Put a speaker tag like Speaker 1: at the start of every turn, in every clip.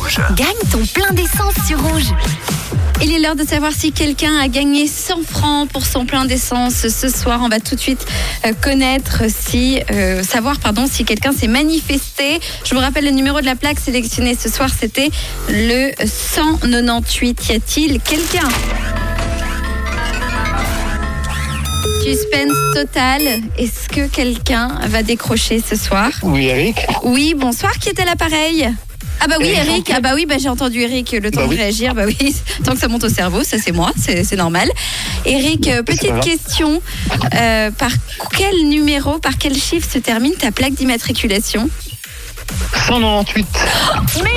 Speaker 1: Rouge.
Speaker 2: Gagne ton plein d'essence sur Rouge.
Speaker 3: Il est l'heure de savoir si quelqu'un a gagné 100 francs pour son plein d'essence ce soir. On va tout de suite euh, connaître si, euh, savoir pardon, si quelqu'un s'est manifesté. Je vous rappelle le numéro de la plaque sélectionnée ce soir, c'était le 198. Y a-t-il quelqu'un Suspense total. Est-ce que quelqu'un va décrocher ce soir
Speaker 4: Oui, Eric.
Speaker 3: Oui, bonsoir, qui était à l'appareil ah bah oui
Speaker 4: Eric
Speaker 3: Eric, ah bah oui bah j'ai entendu Eric le temps
Speaker 4: Bah
Speaker 3: de
Speaker 4: oui.
Speaker 3: réagir, bah oui, tant que ça monte au cerveau, ça c'est moi, c'est c'est normal. Eric, euh,
Speaker 4: Bah, c'est
Speaker 3: petite
Speaker 4: pas grave.
Speaker 3: question, euh, par quel numéro, par quel chiffre se termine ta plaque d'immatriculation
Speaker 4: 198.
Speaker 3: Mais dis donc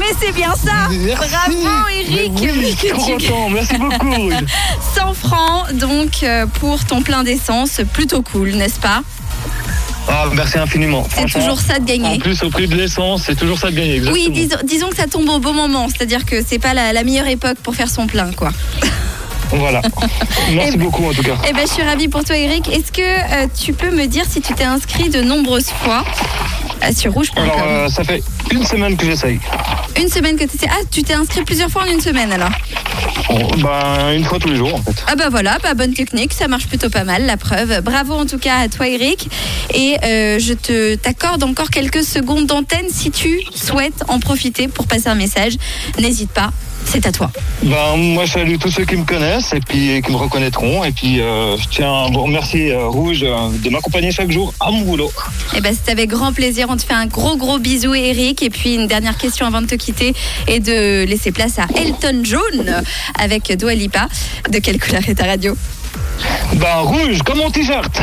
Speaker 3: Mais c'est bien ça
Speaker 4: Merci.
Speaker 3: Bravo Eric
Speaker 4: Mais oui,
Speaker 3: Mais
Speaker 4: je suis
Speaker 3: que
Speaker 4: trop
Speaker 3: tu
Speaker 4: content. Merci beaucoup. Aude.
Speaker 3: 100 francs donc euh, pour ton plein d'essence, plutôt cool, n'est-ce pas
Speaker 4: Ah, merci infiniment.
Speaker 3: C'est
Speaker 4: Franchement,
Speaker 3: toujours ça de gagner.
Speaker 4: En plus, au prix de l'essence, c'est toujours ça de gagner. Exactement.
Speaker 3: Oui, disons, disons que ça tombe au bon moment, c'est-à-dire que c'est pas la, la meilleure époque pour faire son plein, quoi.
Speaker 4: Voilà.
Speaker 3: Eh
Speaker 4: Merci
Speaker 3: ben-
Speaker 4: beaucoup en tout cas.
Speaker 3: Eh ben, je suis ravie pour toi, Eric. Est-ce que euh, tu peux me dire si tu t'es inscrit de nombreuses fois euh, sur rouge.com
Speaker 4: Alors, euh, ça fait une semaine que j'essaye.
Speaker 3: Une semaine que tu t'es. Ah, tu t'es inscrit plusieurs fois en une semaine alors.
Speaker 4: Bon, ben, une fois tous les jours en fait.
Speaker 3: Ah bah voilà, bah bonne technique, ça marche plutôt pas mal, la preuve. Bravo en tout cas à toi Eric. Et euh, je te t'accorde encore quelques secondes d'antenne si tu souhaites en profiter pour passer un message. N'hésite pas, c'est à toi.
Speaker 4: Ben, moi, je salue tous ceux qui me connaissent et puis et qui me reconnaîtront. Et puis, euh, je tiens à vous remercier, euh, Rouge, euh, de m'accompagner chaque jour à mon boulot.
Speaker 3: Eh ben, c'est avec grand plaisir. On te fait un gros, gros bisou, Eric. Et puis, une dernière question avant de te quitter et de laisser place à Elton John avec Dua Lipa. De quelle couleur est ta radio
Speaker 4: Ben, Rouge, comme mon t-shirt.